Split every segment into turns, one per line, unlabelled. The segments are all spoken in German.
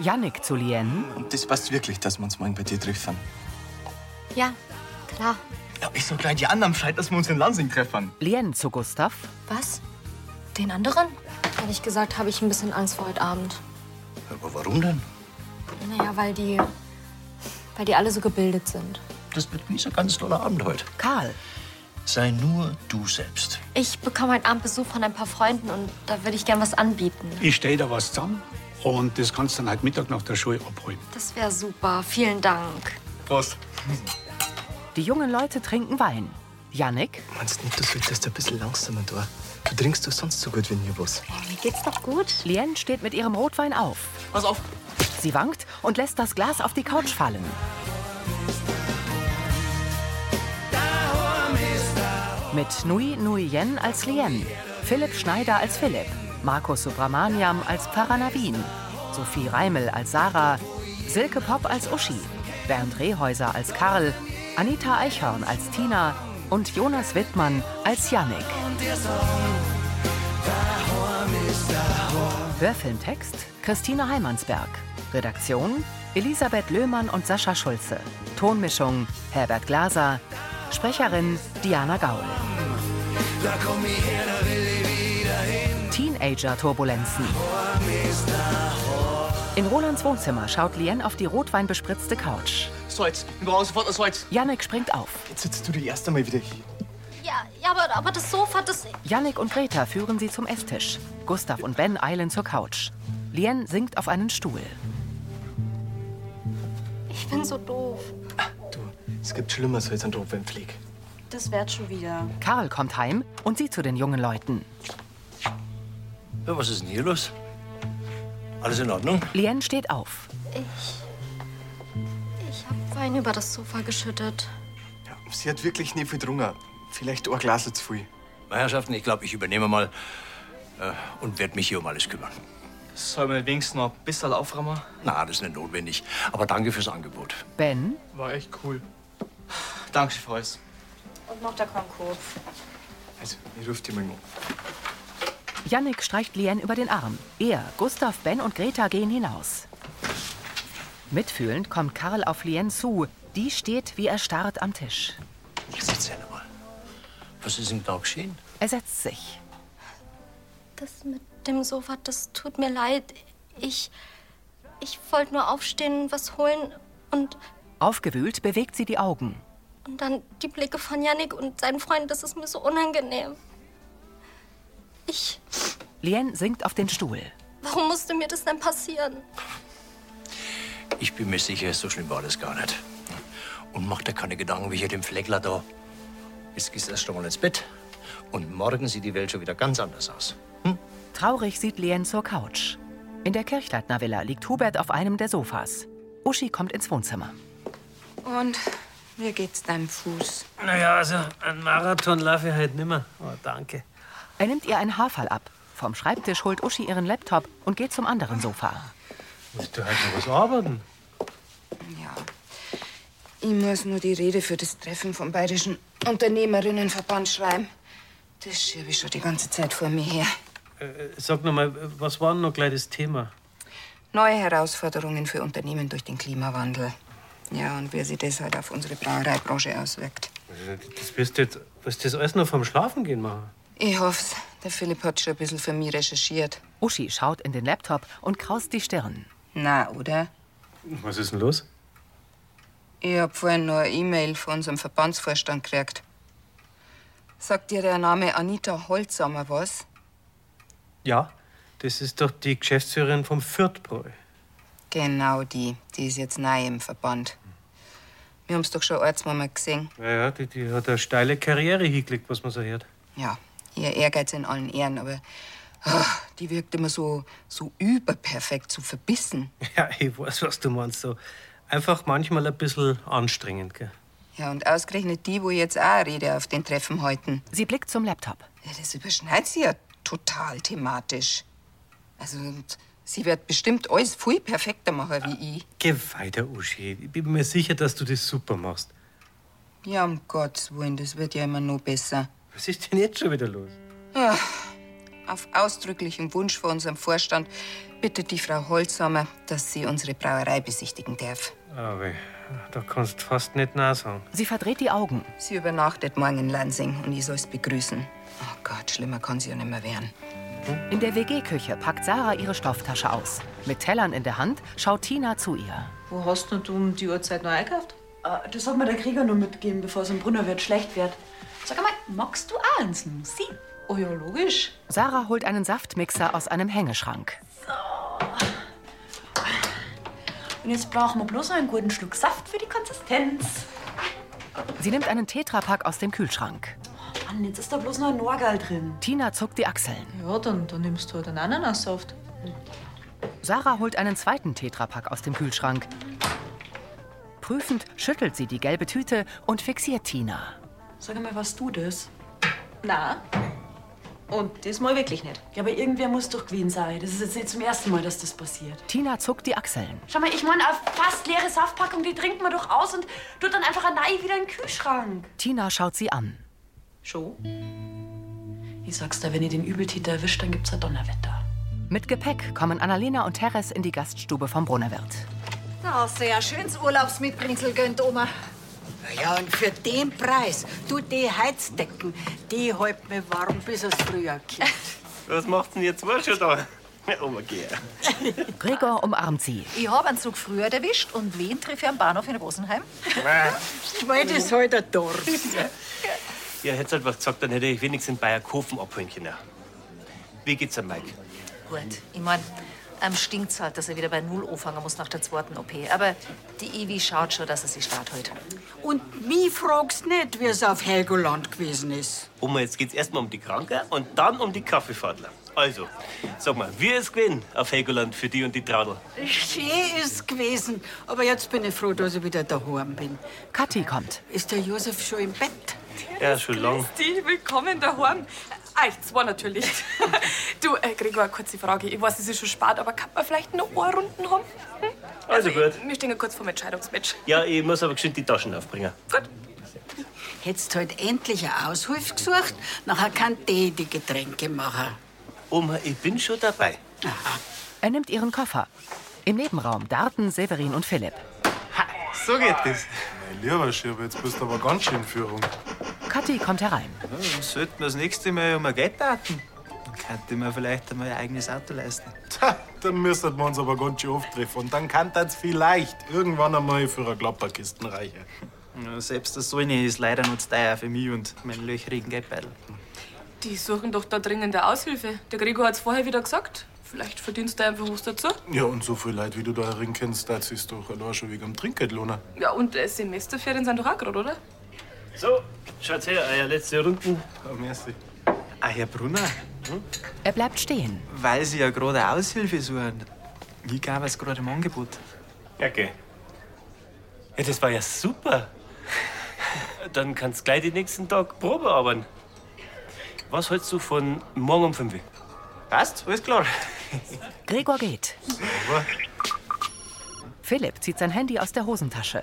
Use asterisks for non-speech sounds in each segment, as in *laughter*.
Yannick zu Lien,
Und das passt wirklich, dass wir uns morgen bei dir treffen.
Ja, klar.
Ja, ich sag gleich die anderen Bescheid, dass wir uns in Lansing treffen.
Lien zu Gustav,
Was? Den anderen? Ehrlich gesagt habe ich ein bisschen Angst vor heute Abend.
Aber warum denn?
Naja, weil die. weil die alle so gebildet sind.
Das wird ein ganz toller Abend heute.
Karl,
Sei nur du selbst.
Ich bekomme heute Abend Besuch von ein paar Freunden und da würde ich gern was anbieten.
Ich stelle da was zusammen und das kannst du dann heute Mittag nach der Schule abholen.
Das wäre super. Vielen Dank.
Prost.
die jungen Leute trinken Wein. Yannick,
Meinst du nicht, du solltest ein bisschen langsamer da? Du trinkst doch sonst so gut wie nie was.
Oh, Mir geht's doch gut.
Lien steht mit ihrem Rotwein auf.
Pass auf.
Sie wankt und lässt das Glas auf die Couch fallen. Mit Nui Nuyen als Lien, Philipp Schneider als Philipp, Markus Subramaniam als Pfarrer Navin, Sophie Reimel als Sarah, Silke Popp als Uschi, Bernd Rehäuser als Karl, Anita Eichhorn als Tina und Jonas Wittmann als Yannick. Hörfilmtext Christine Heimansberg. Redaktion Elisabeth Löhmann und Sascha Schulze. Tonmischung Herbert Glaser. Sprecherin Diana Gaul. Teenager-Turbulenzen. In Rolands Wohnzimmer schaut Lien auf die rotweinbespritzte Couch.
Salz. Wir brauchen sofort das Salz.
Yannick springt auf.
Jetzt sitzt du die erste Mal wieder hier.
Ja, ja aber, aber das Sofa, das.
Yannick und Greta führen sie zum Esstisch. Gustav und Ben eilen zur Couch. Lien sinkt auf einen Stuhl.
Ich bin so doof.
Du, es gibt Schlimmeres als ein Rotweinpfleg.
Das wird schon wieder.
Karl kommt heim und sieht zu den jungen Leuten.
Ja, was ist denn hier los? Alles in Ordnung?
Lien steht auf.
Ich habe Wein über das Sofa geschüttet.
Ja, sie hat wirklich nie viel getrunken. Vielleicht ein Glas zu viel.
Meine Herrschaften, ich glaube, ich übernehme mal äh, und werde mich hier um alles kümmern.
Sollen wir wenigstens noch ein bisschen aufräumen?
Na, das ist nicht notwendig. Aber danke fürs Angebot.
Ben
War echt cool. Dankeschön für alles.
Und noch der Konkurs.
Also, ich ruf die mal an.
Yannick streicht Lien über den Arm. Er, Gustav, Ben und Greta gehen hinaus. Mitfühlend kommt Karl auf Lien zu. Die steht wie erstarrt am Tisch.
Jetzt erzähl mal. Was ist denn da geschehen?
Er setzt sich.
Das mit dem Sofa, das tut mir leid. Ich. Ich wollte nur aufstehen, was holen und.
Aufgewühlt bewegt sie die Augen.
Und dann die Blicke von Yannick und seinen Freunden, das ist mir so unangenehm. Ich.
Lien sinkt auf den Stuhl.
Warum musste mir das denn passieren?
Ich bin mir sicher, so schlimm war das gar nicht. Und mach dir keine Gedanken, wie hier dem Fleckler da. Jetzt gehst du erst einmal ins Bett. Und morgen sieht die Welt schon wieder ganz anders aus.
Traurig sieht Lien zur Couch. In der Kirchleitner Villa liegt Hubert auf einem der Sofas. Uschi kommt ins Wohnzimmer.
Und wie geht's deinem Fuß?
Naja, also einen Marathon laufe ich halt nimmer. Oh, danke.
Er nimmt ihr einen Haarfall ab. Vom Schreibtisch holt Uschi ihren Laptop und geht zum anderen Sofa.
Musst du halt noch was arbeiten?
Ja. Ich muss nur die Rede für das Treffen vom Bayerischen Unternehmerinnenverband schreiben. Das schiebe ich schon die ganze Zeit vor mir her.
Äh, Sag noch mal, was war denn noch gleich das Thema?
Neue Herausforderungen für Unternehmen durch den Klimawandel. Ja, und wie sich das halt auf unsere Brauereibranche auswirkt.
Das wirst du jetzt, wirst du das alles noch vom Schlafengehen machen?
Ich hoff's. Der Philipp hat schon ein bisschen für mich recherchiert.
Uschi schaut in den Laptop und kraust die Stirn.
Na, oder?
Was ist denn los?
Ich hab vorhin noch eine E-Mail von unserem Verbandsvorstand gekriegt. Sagt dir der Name Anita Holzamer was?
Ja, das ist doch die Geschäftsführerin vom Fürthbräu.
Genau die. Die ist jetzt neu im Verband. Wir haben's doch schon ein, zwei Mal gesehen.
Naja, die, die hat eine steile Karriere hingelegt, was man so hört.
Ja, ihr Ehrgeiz in allen Ehren, aber ah, die wirkt immer so, so überperfekt, so verbissen.
*laughs* Ja, ich weiß, was du meinst. So. Einfach manchmal ein bisschen anstrengend, gell?
Ja, und ausgerechnet die, wo ich jetzt auch eine Rede auf den Treffen halten.
Sie blickt zum Laptop.
Ja, das überschneidet sich ja total thematisch. Also, und sie wird bestimmt alles viel perfekter machen wie ich.
Geh weiter, Uschi. Ich bin mir sicher, dass du das super machst.
Ja, um Gottes Willen, das wird ja immer noch besser.
Was ist denn jetzt schon wieder los?
Auf ausdrücklichen Wunsch von unserem Vorstand bittet die Frau Holzhammer, dass sie unsere Brauerei besichtigen darf.
Aber da kannst du fast nicht Nein sagen.
Sie verdreht die Augen.
Sie übernachtet morgen in Lansing und ich soll's begrüßen. Oh Gott, schlimmer kann sie ja nicht mehr werden.
In der WG-Küche packt Sarah ihre Stofftasche aus. Mit Tellern in der Hand schaut Tina zu ihr.
Wo hast denn du um die Uhrzeit noch eingekauft?
Äh, Das hat mir der Krieger nur mitgegeben, bevor es im Brunnerwirt schlecht wird. Sag mal, magst du auch eins, Lucy?
Oh ja, logisch.
Sarah holt einen Saftmixer aus einem Hängeschrank.
Und jetzt brauchen wir bloß noch einen guten Schluck Saft für die Konsistenz.
Sie nimmt einen Tetrapack aus dem Kühlschrank.
Mann, jetzt ist da bloß noch ein Norgal drin.
Tina zuckt die Achseln.
Ja, dann, dann nimmst du halt einen Ananassaft.
Sarah holt einen zweiten Tetrapack aus dem Kühlschrank. Prüfend schüttelt sie die gelbe Tüte und fixiert Tina.
Sag mal, was du das?
Na? Und diesmal wirklich nicht.
Ja, aber irgendwer muss doch gewesen sein. Das ist jetzt nicht zum ersten Mal, dass das passiert.
Tina zuckt die Achseln.
Schau mal, ich meine, eine fast leere Saftpackung, die trinkt man doch aus und tut dann einfach eine neue wieder in den Kühlschrank.
Tina schaut sie an.
Schon?
Ich sag's dir, wenn ihr den Übeltäter erwischt, dann gibt's ein Donnerwetter.
Mit Gepäck kommen Annalena und Teres in die Gaststube vom Brunnerwirt.
Da hast du ja schönes Urlaubsmitbringsel gönnt, Oma. Ja, und für den Preis, du, die Heizdecken, die halten mich warm bis es Frühjahr kommt.
Was macht's denn jetzt wohl schon da? Oma, geh her.
Gregor umarmt sie.
*laughs* Ich hab einen Zug früher erwischt und wen treffe ich am Bahnhof in Rosenheim?
Ich
meine, das ist halt ein *laughs* Dorf.
Ja, hättest halt was gesagt, dann hätte ich wenigstens in Bayerkofen abholen können. Wie geht's dir, Mike?
Gut, ich mein, am stinkt's halt, dass er wieder bei Null anfangen muss nach der zweiten OP. Aber die Evi schaut schon, dass er sich startet heute.
Und mich fragst nicht, wie es auf Helgoland gewesen ist.
Oma, jetzt geht's erstmal um die Kranke und dann um die Kaffeefadler. Also, sag mal, wie ist gewesen auf Helgoland für die und die Traudel?
Schön ist gewesen, aber jetzt bin ich froh, dass ich wieder daheim bin.
Kathi kommt.
Ist der Josef schon im Bett?
Ja, schon lang.
Die willkommen daheim. Euch zwei
*laughs*
natürlich. du, äh, Gregor, eine kurze Frage. Ich weiß, es ist schon spät, aber kann man vielleicht noch eine Runden haben? Hm?
Also gut.
Wir stehen ja kurz vor dem Entscheidungsmatch.
Ja, ich muss aber geschwind die Taschen aufbringen.
Hättest heute endlich eine Aushilfe gesucht, nachher kann die die Getränke machen.
Oma, ich bin schon dabei.
Er nimmt ihren Koffer. Im Nebenraum darten Severin und Philipp.
So geht das. Mein lieber Schirber, jetzt bist du aber ganz schön in Führung.
Kathi kommt herein.
Dann sollten wir das nächste Mal um ein Geld daten. Dann könnte man vielleicht einmal ein eigenes Auto leisten.
Tja, dann müsstet wir uns aber ganz schön oft treffen. Und dann kann das vielleicht irgendwann einmal für eine Klapperkisten reichen.
Ja, selbst das Säune ist leider noch zu teuer für mich und meinen löchrigen Geldbeutel.
Die suchen doch da dringende Aushilfe. Der Gregor hat's vorher wieder gesagt. Vielleicht verdienst du einfach was dazu.
Ja, und so viel Leute, wie du da herin kennst, das ist doch allein schon wegen dem Trinkgeld, Lona.
Ja, und äh, Semesterferien sind doch auch gerade, oder?
So, schaut her, euer letzte Runden.
Oh, merci.
Ah, Herr Brunner,
Hm? Er bleibt stehen.
weil Sie ja gerade eine Aushilfe suchen. Ich gab es gerade im Angebot.
Ja, okay. Ja, das war ja super. Dann kannst gleich den nächsten Tag Probe arbeiten. Was hältst du von morgen um 5 Uhr?
Passt, alles klar.
Gregor geht. Philipp zieht sein Handy aus der Hosentasche.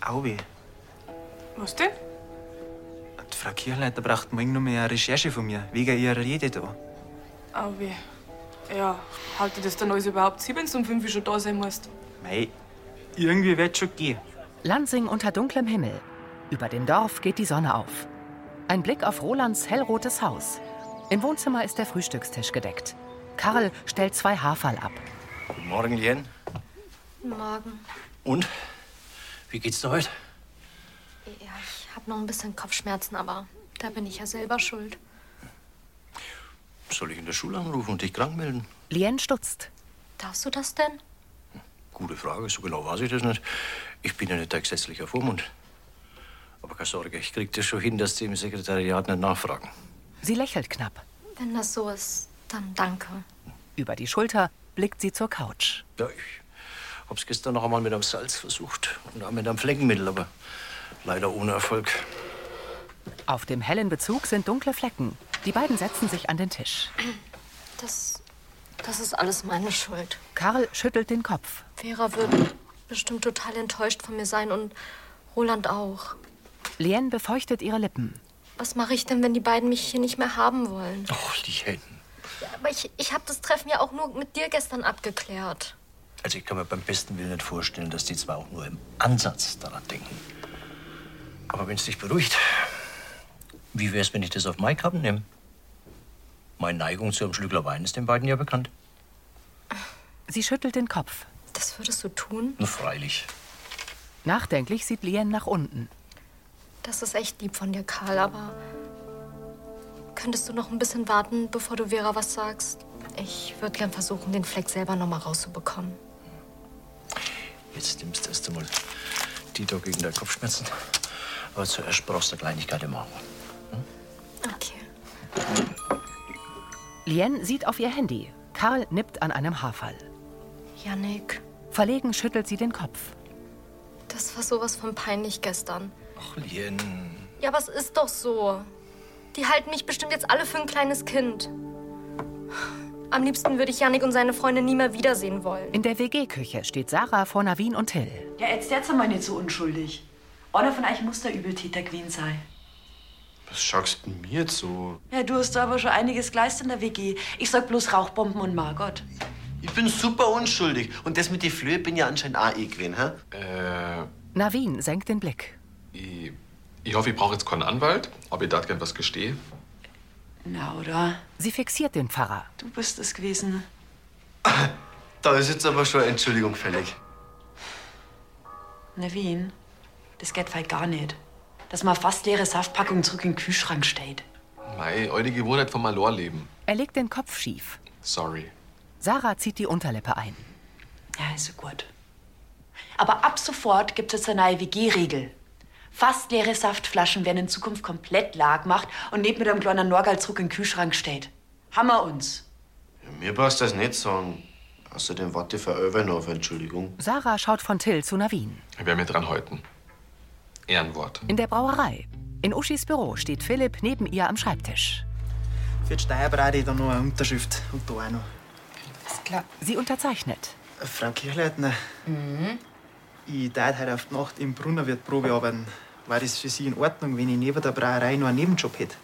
Auwe,
Was denn?
die Frau Kirchleiter braucht morgen noch mehr eine Recherche von mir, wegen ihrer Rede da.
Aber Ah, weh. Ja, halte das dann alles überhaupt sie, wenn du um 5 Uhr schon da sein musst?
Mei, irgendwie wird schon gehen.
Lansing unter dunklem Himmel. Über dem Dorf geht die Sonne auf. Ein Blick auf Rolands hellrotes Haus. Im Wohnzimmer ist der Frühstückstisch gedeckt. Karl stellt zwei Haferl ab.
Guten Morgen, Lien.
Morgen.
Und? Wie geht's dir heute?
Ja, ich hab noch ein bisschen Kopfschmerzen, aber da bin ich ja selber schuld.
Soll ich in der Schule anrufen und dich krank melden?
Lien stutzt.
Darfst du das denn?
Gute Frage, so genau weiß ich das nicht. Ich bin ja nicht der gesetzliche Vormund. Aber keine Sorge, ich krieg das schon hin, dass die im Sekretariat nicht nachfragen.
Sie lächelt knapp.
Wenn das so ist, dann danke.
Über die Schulter blickt sie zur Couch.
Ja, ich hab's gestern noch einmal mit einem Salz versucht und auch mit einem Fleckenmittel, aber leider ohne Erfolg.
Auf dem hellen Bezug sind dunkle Flecken. Die beiden setzen sich an den Tisch.
Das, das ist alles meine Schuld.
Karl schüttelt den Kopf.
Vera wird bestimmt total enttäuscht von mir sein und Roland auch.
Lien befeuchtet ihre Lippen.
Was mache ich denn, wenn die beiden mich hier nicht mehr haben wollen?
Ach, die Hände.
Aber ich, ich habe das Treffen ja auch nur mit dir gestern abgeklärt.
Also ich kann mir beim besten Willen nicht vorstellen, dass die zwei auch nur im Ansatz daran denken. Aber wenn es dich beruhigt, wie wär's, wenn ich das auf meine Kappen nehme? Meine Neigung zu einem Schlückler Wein ist den beiden ja bekannt.
Sie schüttelt den Kopf.
Das würdest du tun?
Na, freilich.
Nachdenklich sieht Lien nach unten.
Das ist echt lieb von dir, Karl, aber könntest du noch ein bisschen warten, bevor du Vera was sagst? Ich würde gern versuchen, den Fleck selber noch mal rauszubekommen.
Jetzt nimmst du erst einmal die da gegen deine Kopfschmerzen. Aber zuerst brauchst du eine Kleinigkeit im Auge.
Lien sieht auf ihr Handy. Karl nippt an einem Haarfall.
Janik,
Verlegen schüttelt sie den Kopf.
das war sowas von peinlich gestern.
Ach, Lien.
Ja, aber es ist doch so. Die halten mich bestimmt jetzt alle für ein kleines Kind. Am liebsten würde ich Janik und seine Freunde nie mehr wiedersehen wollen.
In der WG-Küche steht Sarah vor Navin und Till.
Ja, jetzt, jetzt einmal nicht so unschuldig. Einer von euch muss der Übeltäter gewesen sein.
Was schaust du mir jetzt so?
Ja, du hast da aber schon einiges geleistet in der WG. Ich sag bloß Rauchbomben und Margot.
Ich bin super unschuldig. Und das mit den Flöhe bin ja anscheinend auch ich gewesen, hä? Äh,
Navin senkt den Blick.
Ich, ich hoffe, ich brauche jetzt keinen Anwalt, aber ich darf gern was gestehe.
Na, oder?
Sie fixiert den Pfarrer.
Du bist es gewesen.
Da ist jetzt aber schon eine Entschuldigung fällig.
Navin, das geht voll gar nicht. Dass man eine fast leere Saftpackung zurück in den Kühlschrank stellt.
Mei, eure Gewohnheit vom Malor-Leben.
Er legt den Kopf schief.
Sorry.
Sarah zieht die Unterlippe ein.
Ja, ist so gut. Aber ab sofort gibt es jetzt eine neue WG-Regel. Fast leere Saftflaschen werden in Zukunft komplett lag gemacht und nicht mit einem kleinen Norgal zurück in den Kühlschrank steht. Hammer uns.
Mir brauchst du das nicht sagen. Außerdem warte ich für Elven auf Entschuldigung.
Sarah schaut von Till zu Navin.
Ich werde mir dran häuten. Ehrenwort.
In der Brauerei. In Uschis Büro steht Philipp neben ihr am Schreibtisch.
Für die Steuer brauche ich dann noch eine Unterschrift. Und da auch noch.
Sie unterzeichnet.
Frau Kirchleitner, ich darf heute auf die Nacht im Brunnerwirt Probe arbeiten. War das für Sie in Ordnung, wenn ich neben der Brauerei noch einen Nebenjob hätte?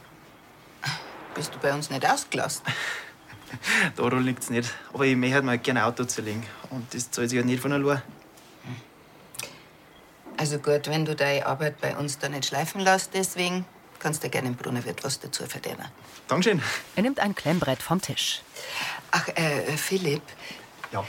*laughs*
Bist du bei uns nicht ausgelassen?
Daran liegt es nicht. Aber ich möchte halt mal gerne ein Auto zulegen. Und das zahlt sich ja nicht von allein.
Also gut, wenn du deine Arbeit bei uns da nicht schleifen lässt, deswegen kannst du gerne im Brunnerwirt was dazu verdienen.
Dankeschön.
Er nimmt ein Klemmbrett vom Tisch.
Ach, äh, Philipp,
Ja.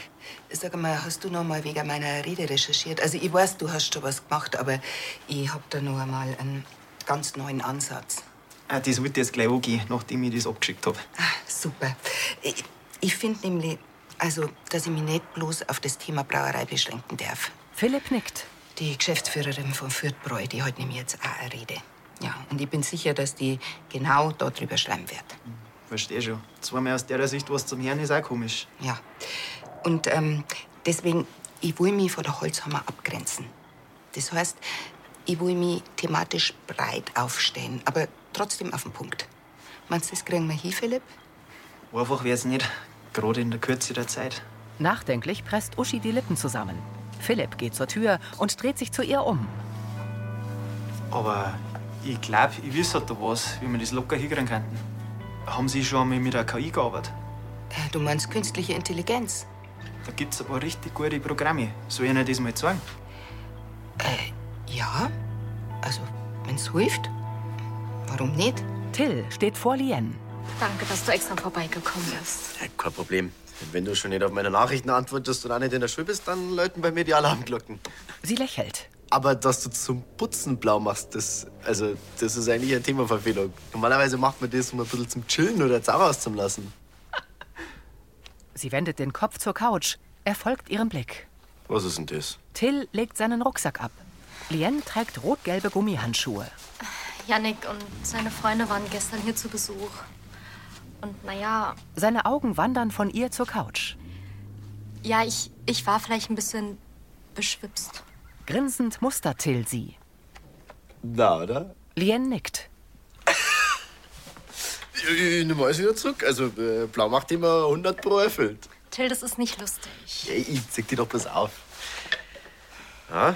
sag mal, hast du noch mal wegen meiner Rede recherchiert? Also ich weiß, du hast schon was gemacht, aber ich hab da noch einmal einen ganz neuen Ansatz.
Ah, das wollte ich jetzt gleich angehen, nachdem ich das abgeschickt habe.
Ah, Super. Ich, ich finde nämlich, also, dass ich mich nicht bloß auf das Thema Brauerei beschränken darf.
Philipp nickt.
Die Geschäftsführerin von Fürthbräu, die heute nämlich jetzt auch eine Rede. Ja, und ich bin sicher, dass die genau darüber schreiben wird.
Verstehe schon. Zweimal aus der Sicht was zum Herrn ist auch komisch.
Ja. Und ähm, deswegen, ich will mich von der Holzhammer abgrenzen. Das heißt, ich will mich thematisch breit aufstellen, aber trotzdem auf den Punkt. Meinst du, das kriegen wir hin, Philipp?
Einfach wär's nicht. Gerade in der Kürze der Zeit.
Nachdenklich presst Uschi die Lippen zusammen. Philipp geht zur Tür und dreht sich zu ihr um.
Aber ich glaube, ich wüsste halt da was, wie man das locker hinkriegen könnten. Haben Sie schon einmal mit der KI gearbeitet?
Äh, Du meinst künstliche Intelligenz?
Da gibt es ein paar richtig gute Programme. Soll ich Ihnen das mal zeigen?
Ja. Also, wenn's hilft, warum nicht?
Till steht vor Lien.
Danke, dass du extra vorbeigekommen bist.
Ja, kein Problem. Wenn du schon nicht auf meine Nachrichten antwortest und auch nicht in der Schule bist, dann läuten bei mir die Alarmglocken.
Sie lächelt.
Aber dass du zum Putzen blau machst, das, also, das ist eigentlich eine Themaverfehlung. Normalerweise macht man das, um ein bisschen zum Chillen oder Zauber auszulassen.
Sie wendet den Kopf zur Couch. Er folgt ihrem Blick.
Was ist denn das?
Till legt seinen Rucksack ab. Lien trägt rot-gelbe Gummihandschuhe.
Janik und seine Freunde waren gestern hier zu Besuch. Und naja,
Seine Augen wandern von ihr zur Couch.
ja, ich, ich war vielleicht ein bisschen beschwipst.
Grinsend mustert Till sie.
Na, oder?
Lien nickt.
Ich, ich nehme Äh, alles wieder zurück. Also, äh, blau macht immer 100 pro erfüllt.
Till, das ist nicht lustig.
Ey, ich zieh dir doch bloß auf.
Ja?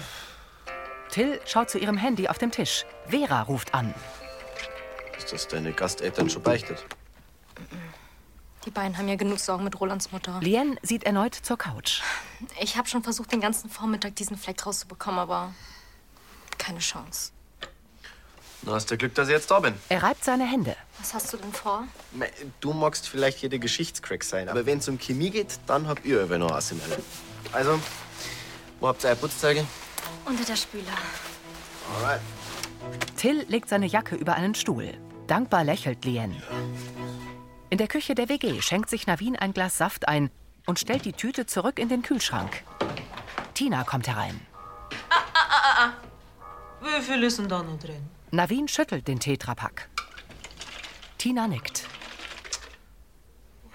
Till schaut zu ihrem Handy auf dem Tisch. Vera ruft an.
Ist das deine Gasteltern schon beichtet?
Die beiden haben ja genug Sorgen mit Rolands Mutter.
Lien sieht erneut zur Couch.
Ich habe schon versucht, den ganzen Vormittag diesen Fleck rauszubekommen, aber keine Chance.
Na, hast du Glück, dass ich jetzt da bin.
Er reibt seine Hände.
Was hast du denn vor?
Me- Du magst vielleicht jeder Geschichtscrack sein, aber wenn es um Chemie geht, dann habt ihr über noch was im Ärmel. Also, wo habt ihr eure Putzzeige?
Unter der Spüle.
Alright.
Till legt seine Jacke über einen Stuhl. Dankbar lächelt Lien. In der Küche der WG schenkt sich Navin ein Glas Saft ein und stellt die Tüte zurück in den Kühlschrank. Tina kommt herein.
Ah, ah, ah, ah. Wie viel ist denn da noch drin?
Navin schüttelt den Tetrapack. Tina nickt.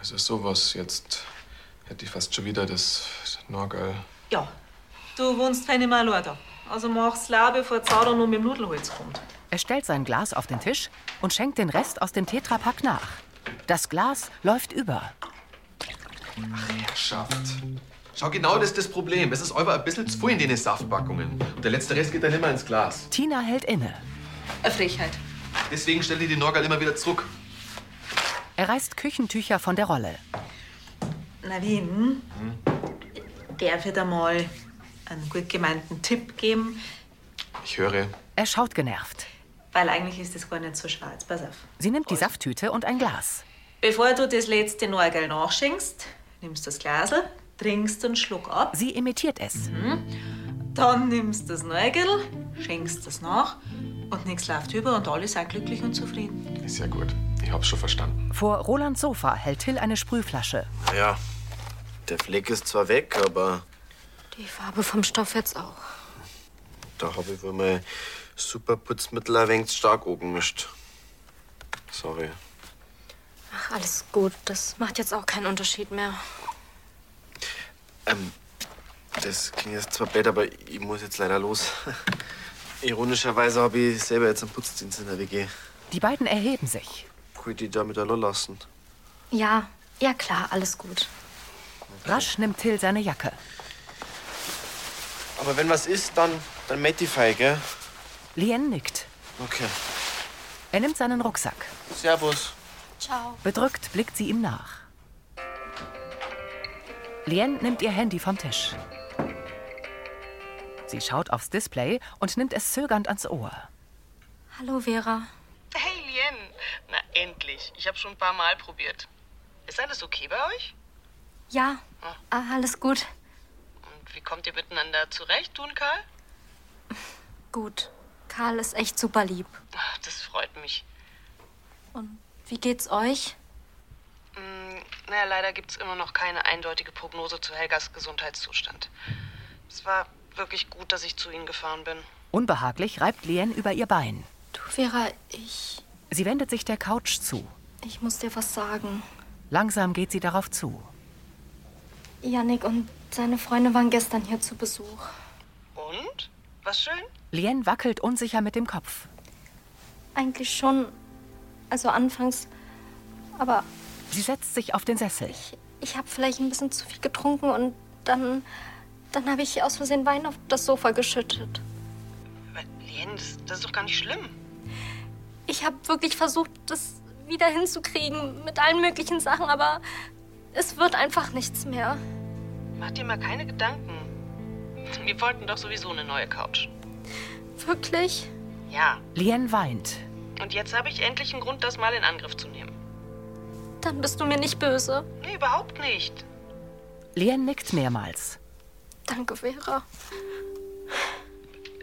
Es ist Also sowas, jetzt hätte ich fast schon wieder das Norgal.
Ja, du wohnst keine Mal da. Also mach's leer, bevor die Sau noch mit dem Nudelholz kommt.
Er stellt sein Glas auf den Tisch und schenkt den Rest aus dem Tetrapack nach. Das Glas läuft über.
Herrschaft. Schau, genau das ist das Problem. Es ist euer ein bisschen zu viel in den Saftpackungen. Und der letzte Rest geht dann immer ins Glas.
Tina hält inne.
Eine Frechheit.
Deswegen stelle ich die Norgal immer wieder zurück.
Er reißt Küchentücher von der Rolle.
Na, Wien, darf ich dir mal einen gut gemeinten Tipp geben?
Ich höre.
Er schaut genervt.
Weil eigentlich ist das gar nicht so schwarz. Pass auf.
Sie nimmt die Safttüte und ein Glas.
Bevor du das letzte Norgel nachschenkst, nimmst das Glasel, trinkst einen Schluck ab. Mhm.
Sie imitiert es.
Dann nimmst das Norgel, schenkst das nach und nichts läuft über und alle sind glücklich und zufrieden.
Ist ja gut. Ich hab's schon verstanden.
Vor Rolands Sofa hält Till eine Sprühflasche.
Naja, der Fleck ist zwar weg, aber
Die Farbe vom Stoff jetzt auch.
da habe ich wohl mein Superputzmittel ein wenig zu stark angemischt. Sorry.
Ach, alles gut. Das macht jetzt auch keinen Unterschied mehr.
Ähm, das klingt jetzt zwar blöd, aber ich muss jetzt leider los. *laughs* Ironischerweise habe ich selber jetzt einen Putzdienst in der WG.
Die beiden erheben sich.
Könnte ich damit allein lassen.
Ja, ja klar, alles gut.
Rasch nimmt Till seine Jacke.
Aber wenn was ist, dann, dann Mattify, gell?
Lien nickt.
Okay.
Er nimmt seinen Rucksack.
Servus.
Ciao.
Bedrückt blickt sie ihm nach. Lien nimmt ihr Handy vom Tisch. Sie schaut aufs Display und nimmt es zögernd ans Ohr.
Hallo, Vera.
Hey Lien, na endlich. Ich habe schon ein paar Mal probiert. Ist alles okay bei euch?
Ja, ah, alles gut.
Und wie kommt ihr miteinander zurecht, du und Karl?
Gut. Karl ist echt super lieb.
Ach, das freut mich.
Und wie geht's euch?
Hm, naja, leider gibt's immer noch keine eindeutige Prognose zu Helgas Gesundheitszustand. Es war wirklich gut, dass ich zu ihnen gefahren bin.
Unbehaglich reibt Lien über ihr Bein.
Du, Vera, ich,
Sie wendet sich der Couch zu.
ich muss dir was sagen.
Langsam geht sie darauf zu.
Yannick und seine Freunde waren gestern hier zu Besuch.
Und? Was schön?
Lien wackelt unsicher mit dem Kopf.
Eigentlich schon. Also anfangs. Aber
Sie setzt sich auf den Sessel.
ich habe vielleicht ein bisschen zu viel getrunken und dann. Dann habe ich aus Versehen Wein auf das Sofa geschüttet.
Aber Lien, das, das ist doch gar nicht schlimm.
Ich habe wirklich versucht, das wieder hinzukriegen mit allen möglichen Sachen, aber es wird einfach nichts mehr.
Mach dir mal keine Gedanken. Wir wollten doch sowieso eine neue Couch.
Wirklich?
Ja,
Lien weint.
und jetzt habe ich endlich einen Grund, das mal in Angriff zu nehmen.
Dann bist du mir nicht böse.
Nee, überhaupt nicht.
Lien nickt mehrmals.
Danke, Vera.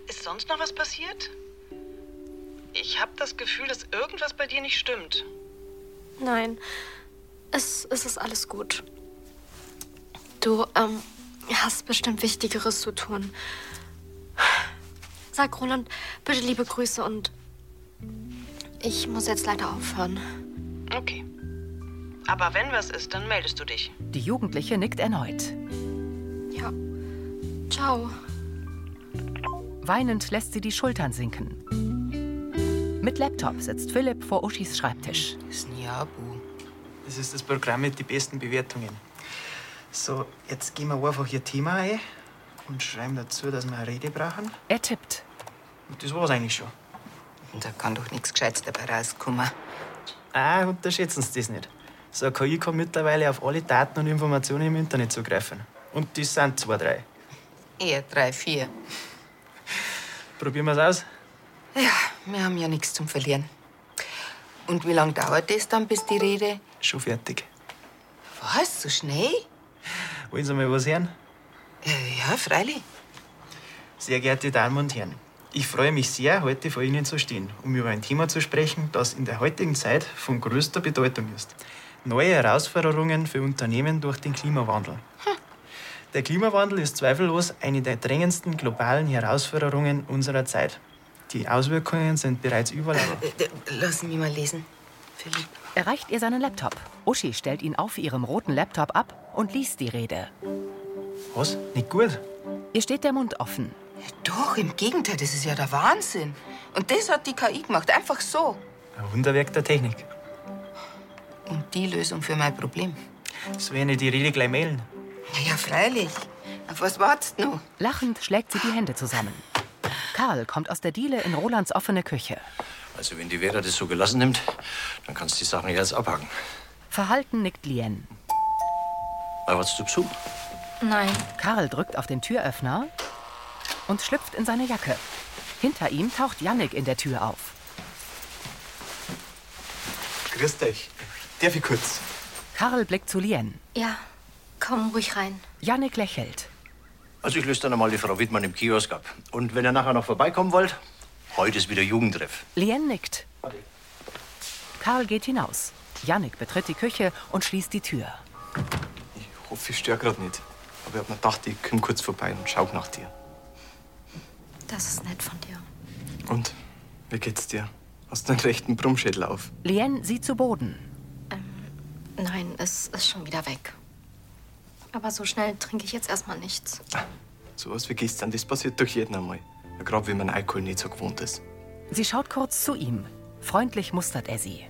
Ist sonst noch was passiert? Ich habe das Gefühl, dass irgendwas bei dir nicht stimmt.
Nein, es, es ist alles gut. Du ähm, hast bestimmt Wichtigeres zu tun. Sag Roland, bitte liebe Grüße und ich muss jetzt leider aufhören.
Okay. Aber wenn was ist, dann meldest du dich.
Die Jugendliche nickt erneut.
Ja. Ciao.
Weinend lässt sie die Schultern sinken. Mit Laptop sitzt Philipp vor Uschis Schreibtisch.
Niabu. Das ist das Programm mit den besten Bewertungen. So, jetzt gehen wir einfach ihr Thema ein und schreiben dazu, dass wir eine Rede brauchen.
Er tippt.
Und das war's eigentlich schon.
Da kann doch nichts Gescheites dabei rauskommen.
Ah, unterschätzen Sie das nicht. So eine KI kann mittlerweile auf alle Daten und Informationen im Internet zugreifen. Und das sind zwei, drei.
Eher drei, vier.
Probieren wir's aus.
Ja, wir haben ja nichts zum Verlieren. Und wie lange dauert es dann, bis die Rede?
Schon fertig.
Was? So schnell? Äh,
Wollen Sie mal was hören?
Ja, freilich.
Sehr geehrte Damen und Herren, ich freue mich sehr, heute vor Ihnen zu stehen, um über ein Thema zu sprechen, das in der heutigen Zeit von größter Bedeutung ist. Neue Herausforderungen für Unternehmen durch den Klimawandel.
Hm.
Der Klimawandel ist zweifellos eine der drängendsten globalen Herausforderungen unserer Zeit. Die Auswirkungen sind bereits überall.
Äh, Lass mich mal lesen.
Erreicht ihr seinen Laptop. Uschi stellt ihn auf ihrem roten Laptop ab und liest die Rede.
Was? Nicht gut?
Ihr steht der Mund offen.
Doch, im Gegenteil, das ist ja der Wahnsinn. Und das hat die KI gemacht, einfach so.
Ein Wunderwerk der Technik.
Und die Lösung für mein Problem.
So werden ich die Rede gleich mailen.
Ja, freilich. Auf was wartest du?
Lachend schlägt sie die Hände zusammen. Karl kommt aus der Diele in Rolands offene Küche.
Also wenn die Vera das so gelassen nimmt, dann kannst du die Sachen jetzt abhaken.
Verhalten nickt Lien.
Weil was zu Besuch?
Nein. Karl drückt auf den Türöffner und schlüpft in seine Jacke. Hinter ihm taucht Jannik in der Tür auf.
Grüß dich. Darf ich kurz?
Karl blickt zu Lien.
Ja, komm ruhig rein.
Jannik lächelt.
Also ich löse dann einmal die Frau Wittmann im Kiosk ab. Und wenn ihr nachher noch vorbeikommen wollt, heute ist wieder Jugendtreff.
Lien nickt. Karl geht hinaus. Jannik betritt die Küche und schließt die Tür.
Ich hoffe, ich störe gerade nicht. Aber ich hab mir gedacht, ich komme kurz vorbei und schau nach dir.
Das ist nett von dir.
Und? Wie geht's dir? Hast du einen rechten Brummschädel auf?
Lien sieht zu Boden.
Nein, es ist schon wieder weg. Aber so schnell trinke ich jetzt erstmal nichts.
Sowas wie gestern, das passiert doch jedem einmal. Ja, gerade wenn man Alkohol nicht so gewohnt ist.
Sie schaut kurz zu ihm. Freundlich mustert er sie.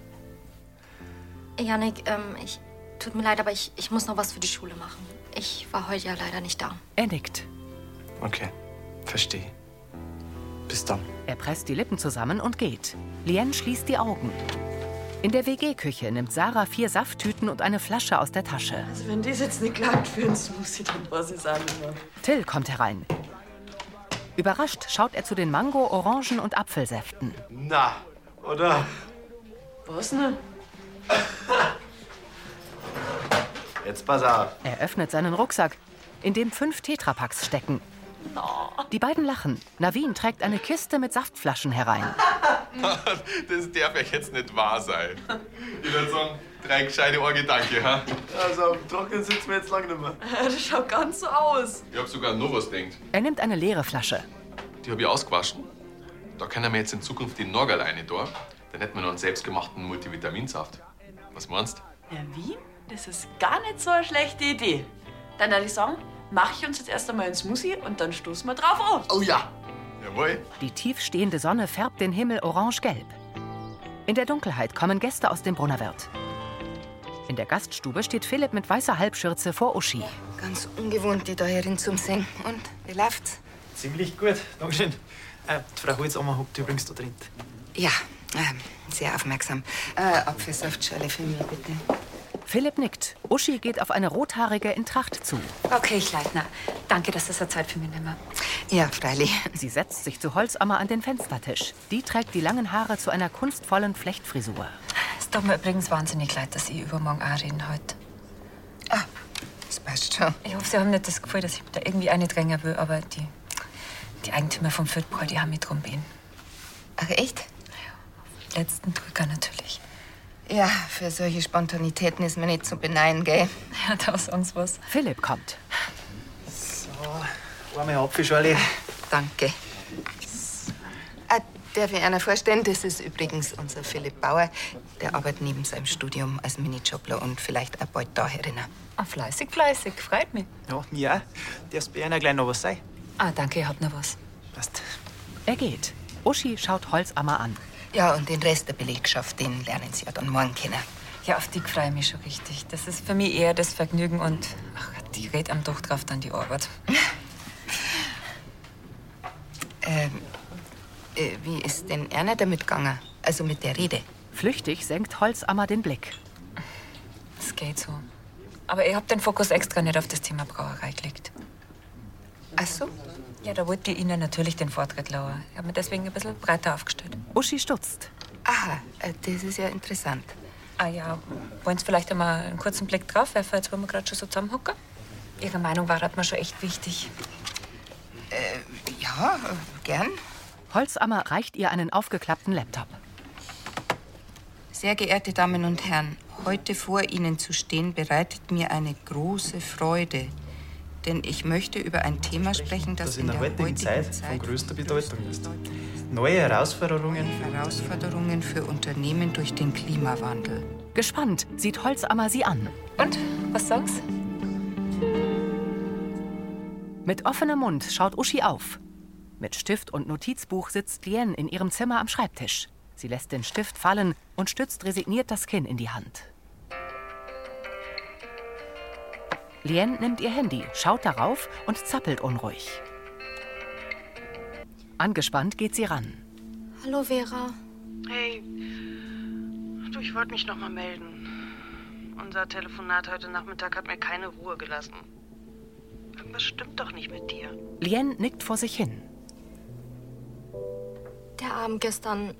Janik, ähm, ich. Tut mir leid, aber ich, ich muss noch was für die Schule machen. Ich war heute ja leider nicht da.
Er nickt.
Okay, verstehe. Bis dann.
Er presst die Lippen zusammen und geht. Lien schließt die Augen. In der WG-Küche nimmt Sarah vier Safttüten und eine Flasche aus der Tasche.
Also wenn das jetzt nicht klappt für einen Smoothie, dann weiß ich es auch nicht mehr.
Till kommt herein. Überrascht schaut er zu den Mango-, Orangen- und Apfelsäften.
Na, oder? Was denn?
Jetzt pass auf.
Er öffnet seinen Rucksack, in dem fünf Tetrapacks stecken. Die beiden lachen. Navin trägt eine Kiste mit Saftflaschen herein.
Das darf euch jetzt nicht wahr sein. Ich würde sagen, drei gescheite Ohrgedanke, ha?
Also auf dem Trocknen sitzen wir jetzt lang nicht mehr.
*laughs* Das schaut ganz so aus.
Ich hab sogar an noch was denkt.
Er nimmt eine leere Flasche.
Die hab ich ausgewaschen. Da können wir jetzt in Zukunft den Norgal rein tun. Dann hätten wir noch einen selbstgemachten Multivitaminsaft. Was meinst
Ja, wie? Das ist gar nicht so eine schlechte Idee. Dann würde ich sagen, mache ich uns jetzt erst einmal einen Smoothie und dann stoßen wir drauf auf.
Oh ja. Jawohl.
Die tiefstehende Sonne färbt den Himmel orange-gelb. In der Dunkelheit kommen Gäste aus dem Brunnerwirt. In der Gaststube steht Philipp mit weißer Halbschürze vor Uschi.
Ganz ungewohnt, die da herin zum Singen. Und wie läuft's?
Ziemlich gut, Dankeschön. Äh, die Frau Holzammer hockt übrigens da drin.
Ja, ähm, sehr aufmerksam. Äh, Apfelsaftschale für mich, bitte.
Philipp nickt. Uschi geht auf eine rothaarige in Tracht zu.
Okay, Kleitner. Danke, dass das eine Zeit für mich nimmer.
Ja, freilich. Sie setzt sich zu Holzammer an den Fenstertisch. Die trägt die langen Haare zu einer kunstvollen Flechtfrisur.
Es tut mir übrigens wahnsinnig leid, dass ich übermorgen auch reden heute. Ah, das passt schon. Ich hoffe, Sie haben nicht das Gefühl, dass ich da irgendwie eine drängen will, aber die, die Eigentümer vom Viertbräu, die haben mich drum beten. Ach, echt? Ja, letzten Drücker natürlich.
Ja, für solche Spontanitäten ist mir nicht zu beneiden, gell?
*laughs* Ja, da sonst was.
Philipp kommt.
Warme Apfelschale.
Danke. Ah, darf ich einer vorstellen? Das ist übrigens unser Philipp Bauer. Der arbeitet neben seinem Studium als Minijobler und vielleicht auch bald da herinner.
Ah, fleißig, fleißig. Freut mich.
Ja, mir auch. Darf's bei einer gleich noch was sein?
Ah, danke, ihr habt noch was.
Passt.
Er geht. Uschi schaut Holzammer an.
Ja, und den Rest der Belegschaft, den lernen Sie ja dann morgen kennen.
Ja, auf die freue ich mich schon richtig. Das ist für mich eher das Vergnügen und ach, die redet am Doch drauf dann
*laughs*
die Arbeit.
Ähm, äh, wie ist denn Erna damit gegangen? Also mit der Rede?
Flüchtig senkt Holzammer den Blick.
es geht so. Aber ich hab den Fokus extra nicht auf das Thema Brauerei gelegt. Ach so? Ja, da wollte ich Ihnen natürlich den Vortritt lauern. Ich habe mir deswegen ein bisschen breiter aufgestellt.
Uschi stutzt.
Aha, äh, das ist ja interessant. Ah ja, wollen Sie vielleicht einmal einen kurzen Blick drauf werfen, jetzt wo wir gerade schon so zusammenhocken? Ihre Meinung war halt mir schon echt wichtig.
Äh, ja, gern.
Holzammer reicht ihr einen aufgeklappten Laptop.
Sehr geehrte Damen und Herren, heute vor Ihnen zu stehen bereitet mir eine große Freude. Denn ich möchte über ein Thema sprechen, das,
das in der heutigen Zeit von größter Bedeutung ist. Neue Herausforderungen
Herausforderungen für Unternehmen durch den Klimawandel.
Gespannt sieht Holzammer sie an.
Und, was sagst
Mit offenem Mund schaut Uschi auf. Mit Stift und Notizbuch sitzt Lien in ihrem Zimmer am Schreibtisch. Sie lässt den Stift fallen und stützt resigniert das Kinn in die Hand. Lien nimmt ihr Handy, schaut darauf und zappelt unruhig. Angespannt geht sie ran.
Hallo Vera.
Hey, du, ich wollte mich nochmal melden. Unser Telefonat heute Nachmittag hat mir keine Ruhe gelassen. Irgendwas stimmt doch nicht mit dir.
Lien nickt vor sich hin.
Der Abend gestern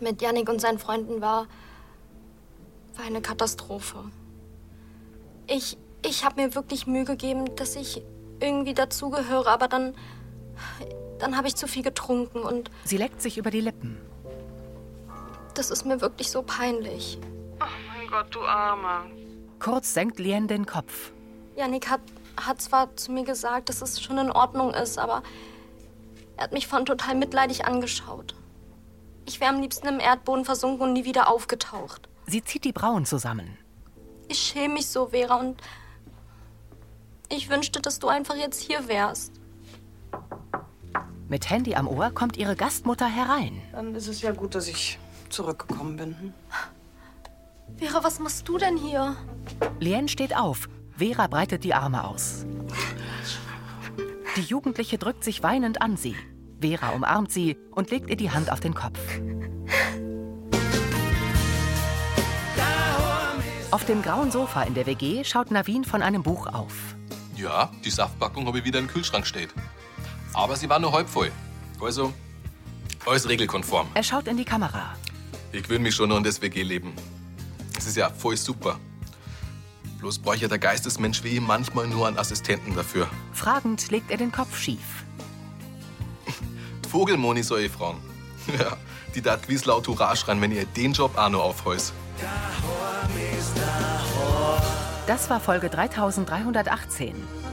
mit Yannick und seinen Freunden war, war eine Katastrophe. Ich, ich habe mir wirklich Mühe gegeben, dass ich irgendwie dazugehöre, aber dann, dann habe ich zu viel getrunken und
Sie leckt sich über die Lippen.
das ist mir wirklich so peinlich.
Oh mein Gott, du Armer.
Kurz senkt Lien den Kopf.
Yannick hat, hat zwar zu mir gesagt, dass es schon in Ordnung ist, aber er hat mich von total mitleidig angeschaut. Ich wäre am liebsten im Erdboden versunken und nie wieder aufgetaucht.
Sie zieht die Brauen zusammen.
Ich schäme mich so, Vera, und ich wünschte, dass du einfach jetzt hier wärst.
Mit Handy am Ohr kommt ihre Gastmutter herein.
Dann ist es ja gut, dass ich zurückgekommen bin. hm?
Vera, was machst du denn hier?
Lien steht auf. Vera breitet die Arme aus. Die Jugendliche drückt sich weinend an sie. Vera umarmt sie und legt ihr die Hand auf den Kopf. Auf dem grauen Sofa in der WG schaut Navin von einem Buch auf.
Ja, die Saftpackung habe ich wieder im Kühlschrank steht. Aber sie war nur halb voll. Also, alles regelkonform.
Er schaut in die Kamera.
Ich will mich schon noch in das WG-Leben. Es ist ja voll super. Bloß bräuchte der Geistesmensch wie ich manchmal nur einen Assistenten dafür.
Fragend legt er den Kopf schief.
Die Vogelmoni soll ich fragen. *laughs* Ja, die darf gewiss laut Hurra schreien, wenn ihr den Job auch noch aufhäus.
Das war Folge 3318.